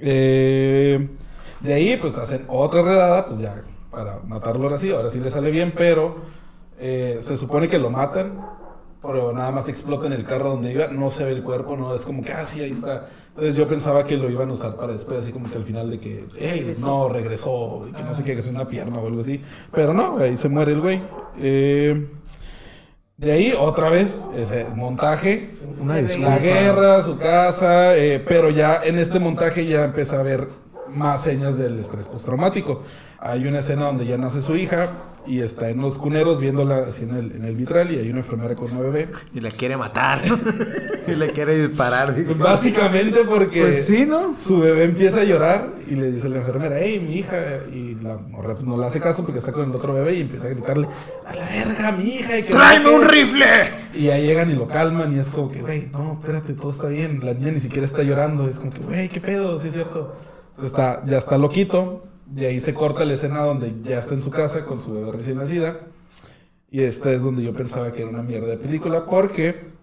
Eh, de ahí, pues hacen otra redada, pues ya, para matarlo ahora sí. Ahora sí le sale bien, pero eh, se supone que lo matan, pero nada más explota en el carro donde iba. No se ve el cuerpo, no es como que, ah, sí, ahí está. Entonces yo pensaba que lo iban a usar para después, así como que al final de que, hey, no, regresó, y que no sé qué, que es una pierna o algo así. Pero no, ahí se muere el güey. Eh, de ahí, otra vez, ese montaje. Una La guerra, su casa, eh, pero ya en este montaje ya empieza a ver más señas del estrés postraumático. Hay una escena donde ya nace su hija y está en los cuneros viéndola así en el, en el vitral y hay una enfermera con una bebé. Y la quiere matar. *laughs* Y le quiere disparar. dijo. Básicamente porque Pues sí, ¿no? su bebé empieza a llorar y le dice a la enfermera, hey, mi hija, y la morra pues, no le hace caso porque está con el otro bebé y empieza a gritarle, a la verga, mi hija. y que no sé ¡Tráeme un qué". rifle! Y ya llegan y lo calman y es como que, güey, no, espérate, todo está bien. La niña ni siquiera está llorando. Es como que, güey, qué pedo, sí es cierto. Entonces está, ya está loquito. De ahí se corta la escena donde ya está en su casa con su bebé recién nacida. Y esta es donde yo pensaba que era una mierda de película porque,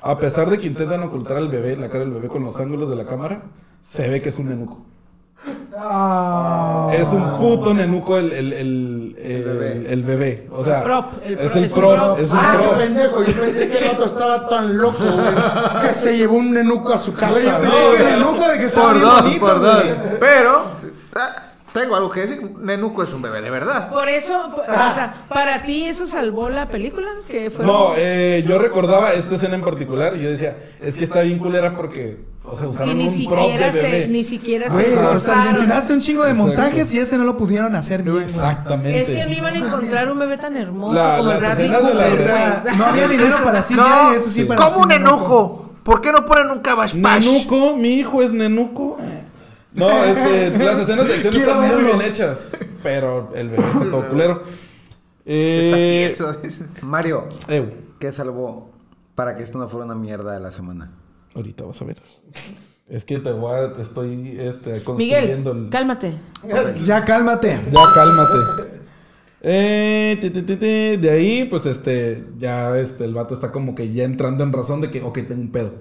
a pesar de que intentan ocultar al bebé, la cara del bebé con los ángulos de la cámara, se ve que es un nenuco. Es un puto nenuco el, el, el, el- el bebé. O sea, Prop, el prop, es el es un prop, prop. es un Ah, prop. qué pendejo. Yo pensé que el otro estaba tan loco, güey, que se llevó un nenuco a su casa. Oye, güey. pero el lujo de que estaba Por bien dos, bonito, por dos. güey. Pero, ah, Tengo algo que decir. Nenuco es un bebé de verdad. Por eso, por- o sea, para ti eso salvó la película, que fue No, eh, yo recordaba esta escena en particular y yo decía, es que está bien culera porque, o sea, que usaron ni un prop de siquiera se, bebé. ni siquiera se Güey, o sea, esforzaron. mencionaste un chingo de Exacto. montajes y ese no lo pudieron hacer bien. güey. Exactamente. Es que no iban a encontrar un bebé tan hermoso La- como las Bradley escenas de la Cooper, O sea, güey. no había dinero para CGI, no, eso sí, sí. para como un sí, no, enuco. ¿Por qué no ponen un cabash Nenuco, mi hijo es Nenuco. No, este, las escenas de acción están muy bien hechas, pero el bebé está todo culero. Eh, Eso es. Mario, Ew, ¿qué salvó para que esto no fuera una mierda de la semana? ahorita vas a ver. Es que te, voy a- te estoy este, Miguel, construyendo el... cálmate. Ya cálmate. Ya cálmate. Eh, ti, ti, ti, ti. De ahí, pues este, ya este, el vato está como que ya entrando en razón de que, ok, tengo un pedo.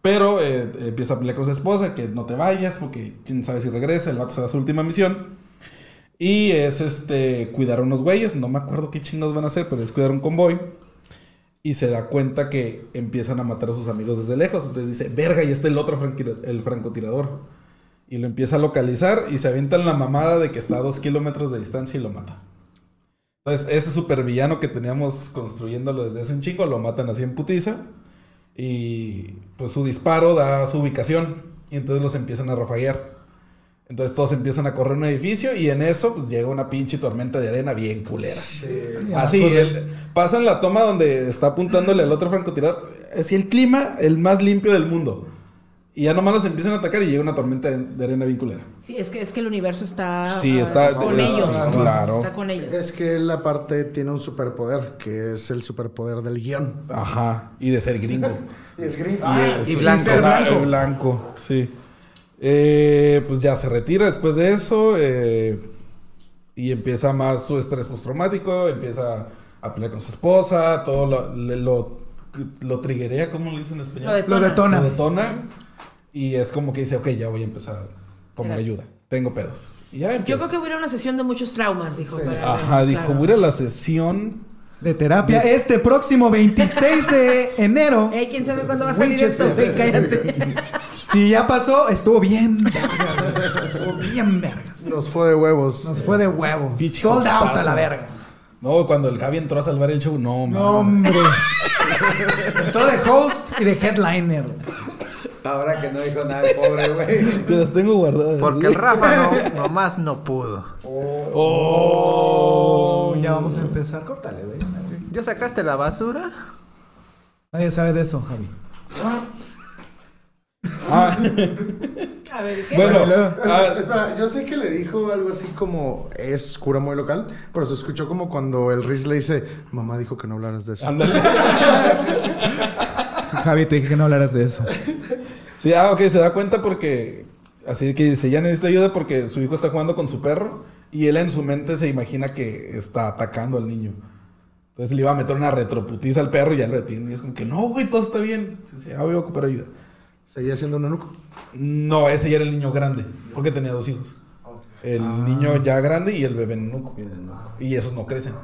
Pero eh, empieza a pelear con su esposa, que no te vayas, porque quién sabe si regresa, el vato se va a su última misión. Y es este, cuidar a unos güeyes, no me acuerdo qué chingados van a hacer, pero es cuidar un convoy. Y se da cuenta que empiezan a matar a sus amigos desde lejos. Entonces dice, verga, y está el otro franquira- el francotirador. Y lo empieza a localizar y se avientan la mamada de que está a dos kilómetros de distancia y lo mata. Entonces, ese supervillano que teníamos construyéndolo desde hace un chingo, lo matan así en putiza. Y pues su disparo da su ubicación. Y entonces los empiezan a rafaguear. Entonces todos empiezan a correr un edificio y en eso pues llega una pinche tormenta de arena bien culera. Así, el- pasan la toma donde está apuntándole al otro francotirador. Así el clima, el más limpio del mundo. Y ya nomás los empiezan a atacar y llega una tormenta de, de arena bien culera. Sí, es que, es que el universo está, Sí, ah, está- con sí, ellos. claro. Está con ellos. Es que la parte tiene un superpoder, que es el superpoder del guión. Ajá. Y de ser gringo. Es gringo. Ah, es- y blanco. ser blanco. blanco, sí. Eh, pues ya se retira después de eso. eh, y empieza más su estrés postraumático. Empieza a pelear con su esposa. Todo lo, le- lo, lo triggerea, ¿cómo lo dicen en español? Lo detona. Lo detona. Lo detona. Y es como que dice, ok, ya voy a empezar a tomar Terapia. ayuda. Tengo pedos. Y ya Yo empieza. creo que hubiera una sesión de muchos traumas, dijo. para- Ajá, dijo, claro. voy a ir a la sesión. De terapia este próximo 26 de *laughs* enero. Ey, quién sabe cuándo va a salir esto, güey, cállate. Si ya pasó, estuvo bien. verga, Estuvo bien vergas. Nos fue de huevos. Nos fue de huevos. Pinche Sold out a costazo. la verga. No, cuando el Javi entró a salvar el show, no, No, mames. hombre. Entró de host y de headliner. Ahora que no dijo nada, pobre güey. Te las tengo guardadas. Porque el Rafa no, *laughs* nomás no pudo. Oh, ya vamos a empezar. Córtale, güey. ¿Ya sacaste la basura? Nadie sabe de eso, Javi. A Ah, ver, ¿qué? bueno, ah, Espera, espera, yo sé que le dijo algo así como es cura muy local, pero se escuchó como cuando el Riz le dice, mamá dijo que no hablaras de eso. ándale. Javi, te dije que no hablaras de eso. Sí, ah, ok, se da cuenta porque. Así que dice, ya necesita ayuda porque su hijo está jugando con su perro y él en su mente se imagina que está atacando al niño. Entonces le iba a meter una retroputiza al perro y ya lo detiene. Y es como que, no, güey, todo está bien. Dice, ah, voy a ocupar ayuda. Seguía siendo un eunuco. No, ese ya era el niño grande, porque tenía dos hijos. El niño ya grande y el bebé nuco. Y esos no crecen.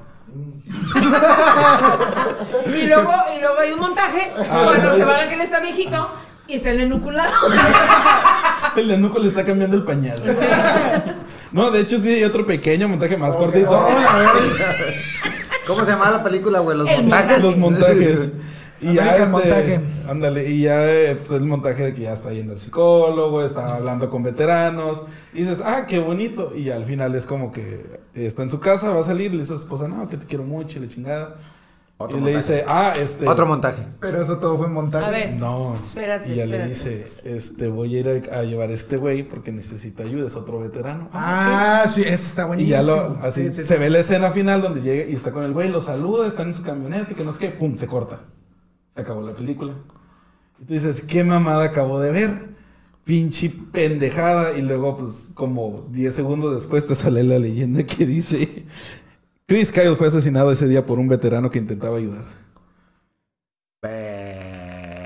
Y luego, y luego hay un montaje cuando se van a que él está viejito y está en el nuculado. *laughs* El nenuco le está cambiando *laughs* el pañal. No, de hecho sí hay otro pequeño montaje más Oh, *laughs* cortito. ¿Cómo se llama la película, güey? Los *laughs* El montajes. Los montajes. Y ya American este, montaje. ándale, y ya eh, pues, el montaje de que ya está yendo al psicólogo, está hablando con veteranos, y dices, ah, qué bonito, y al final es como que eh, está en su casa, va a salir, le dice a su esposa, no, que te quiero mucho, y la chingada. Otro y montaje. le dice, ah, este... Otro montaje. Pero eso todo fue montaje. A ver, No. Espérate, y ya espérate. le dice, este, voy a ir a, a llevar a este güey porque necesita ayuda, es otro veterano. Ah, sí, eso está Y buenísimo. ya lo, así, Sí, sí, sí. se ve la escena final donde llega y está con el güey, lo saluda, está en su camioneta y que no sé qué, pum, se corta. Se acabó la película. Y tú dices, qué mamada acabo de ver. Pinche pendejada. Y luego, pues, como 10 segundos después te sale la leyenda que dice: Chris Kyle fue asesinado ese día por un veterano que intentaba ayudar.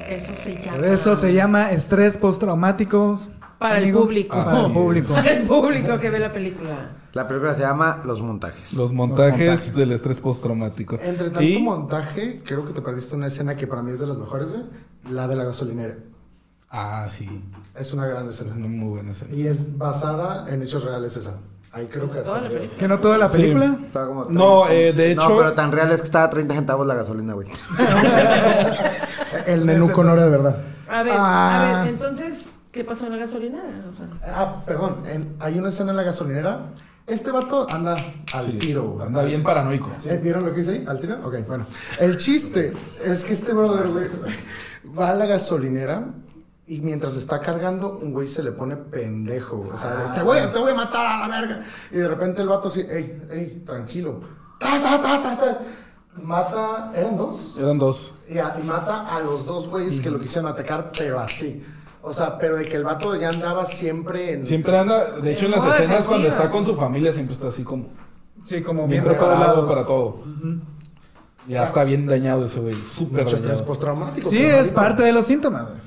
eso se Por llama. eso se llama estrés postraumático. Para el amigo. Ah, público. Para el público. Para *laughs* el público que ve la película. La película se llama Los montajes. Los montajes, montajes. del estrés postraumático. Entre tanto Y- montaje, creo que te perdiste una escena que para mí es de las mejores, güey. La de la gasolinera. Ah, sí. Es una gran Es escena. una muy buena escena. Y es basada en hechos reales esa. Ahí creo que Pues Toda hasta. la película. ¿Que no toda la Sí. película? Estaba como tan- No, eh, de hecho. No, pero tan real es que estaba a 30 centavos la gasolina, güey. El nenuco no era de verdad. A ver, Ah. a ver, entonces, ¿qué pasó en la gasolina? O sea, Ah, perdón. en- hay una escena en la gasolinera. Este vato anda al sí, tiro, güey. Anda bien paranoico. Eh, ¿Vieron lo que hice ahí? ¿Al tiro? Ok, bueno. El chiste es que este brother, güey, *laughs* va a la gasolinera y mientras está cargando, un güey se le pone pendejo. güey. O sea, Ah, de, te, voy, te voy a matar a la verga. Y de repente el vato así, ey, ey, tranquilo. Tas, tas, tas, tas, tas. Mata, eran dos. Eran dos. Y, a- y mata a los dos güeyes que lo quisieron atacar, pero así. O sea, pero de que el vato ya andaba siempre en. Siempre anda, de hecho en las Modo escenas cuando defensiva. está con su familia siempre está así como Sí, como bien bien preparado preparados. para todo. Ya está bien dañado ese güey, súper Mucho estrés dañado. postraumático. Sí, pero es ahorita- parte de los síntomas. güey.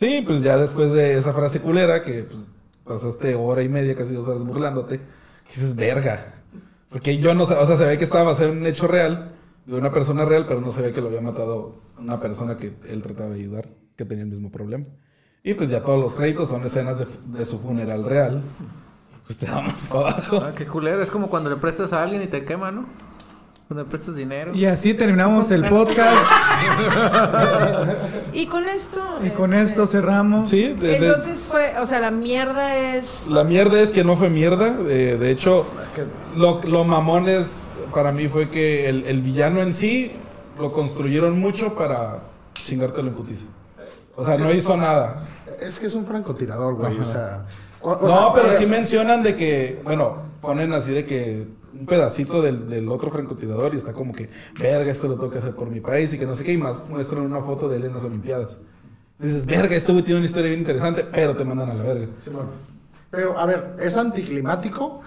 Sí, pues ya después de esa frase culera que pues, pasaste hora y media, casi dos horas burlándote, dices, verga. Porque yo no sé, o sea, se ve que estaba a ser un hecho real de una persona real, pero no se ve que lo había matado una persona que él trataba de ayudar, que tenía el mismo problema. Y pues ya todos los créditos son escenas de, de su funeral real. Pues te da más *laughs* para Oh. abajo. Ah, qué culero. Es como cuando le prestas a alguien y te quema, ¿no? Cuando le prestas dinero. Y así terminamos el podcast y con esto. y con este, esto cerramos. Sí, de- de- Entonces fue, o sea, la mierda es. La mierda es que no fue mierda. eh, de hecho, lo, lo mamones para mí fue que el, el villano en sí lo construyeron mucho para chingártelo en putiza. O sea, no hizo nada. Es que es un francotirador, güey. O sea. cu- o sea, No, pero sí eh, mencionan de que, bueno, ponen así de que un pedacito del, del otro francotirador y está como que, verga, esto lo tengo que hacer por mi país y que no sé qué, y más muestran una foto de él en las Olimpiadas. Dices, verga, este güey tiene una historia bien interesante, pero te mandan a la verga. Simón. Pero, a ver, es anticlimático,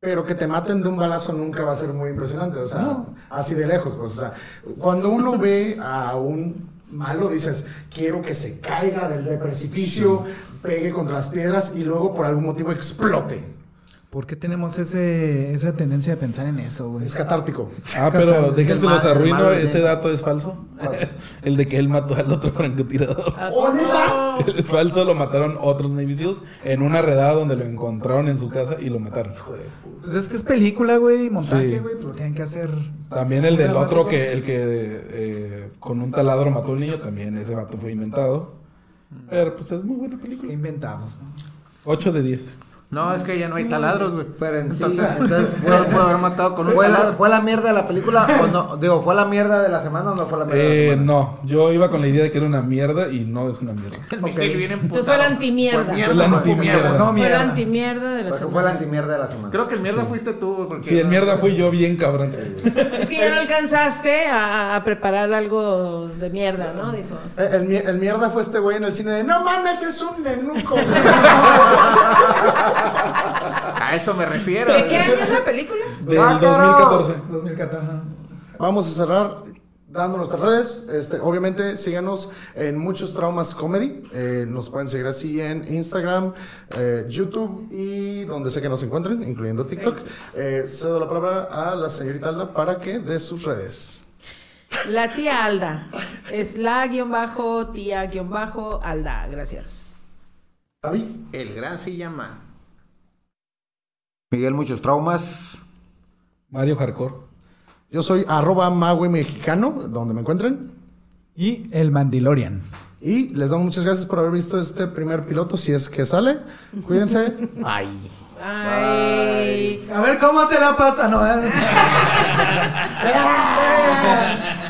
pero que te maten de un balazo nunca va a ser muy impresionante. O sea, así de lejos, pues. O sea, cuando uno ve a un malo, dices, quiero que se caiga del, del precipicio, pegue contra las piedras y luego por algún motivo explote. ¿Por qué tenemos ese, esa tendencia de pensar en eso, güey? Es catártico. Ah, pero déjense los mal- el arruino, malo de- ese dato es falso. el de que él mató al otro francotirador. ¿A ¡Oh, neta! poco? *laughs* Es falso, lo mataron otros Navy Seals en una redada donde lo encontraron en su casa y lo mataron. Pues es que es película, güey, Sí. montaje, güey, pues lo tienen que hacer. También el del otro que, el que eh, con un taladro mató a un niño, también ese vato fue inventado. Pero pues es muy buena película. Inventados, ¿no? 8 de 10. No, es que ya no hay taladros, güey. Pero en sí, Entonces, entonces, *laughs* puedo, puedo haber matado con un ¿Fue la, taladro. ¿Fue la mierda de la película o no? Digo, ¿fue la mierda de la semana o no fue la mierda de la Eh, semana? no, yo iba con la idea de que era una mierda y no es una mierda. El Miguel viene Entonces pues fue la emputado. antimierda. Es la antimierda. No, Fue la mierda. antimierda de la Fue, semana. fue la antimierda de la semana. Creo que el mierda fuiste tú, güey, porque... Sí, el mierda fui yo bien cabrón. Es que ya no alcanzaste a, a preparar algo de mierda, ¿no? Dijo. Eh, El, mie- el mierda fue este güey en el cine de, no mames, es un nenuco. güey". A eso me refiero. ¿De qué año es la película? Del Ah, claro. 2014. 2014. ajá. Vamos a cerrar dando nuestras redes. Este, obviamente, síganos en Muchos Traumas Comedy. Eh, nos pueden seguir así en Instagram, eh, YouTube y donde sea que nos encuentren, incluyendo TikTok. Eh, cedo la palabra a la señorita Alda para que dé sus redes. La tía Alda. Es la guión bajo, tía guión bajo, Alda. Gracias. David, El gran se llama. Miguel, muchos traumas. Mario Hardcore. yo soy arroba magui mexicano, donde me encuentren. Y el Mandalorian. Y les damos muchas gracias por haber visto este primer piloto, si es que sale. Cuídense. Ay. Ay. A ver cómo se la pasa, no.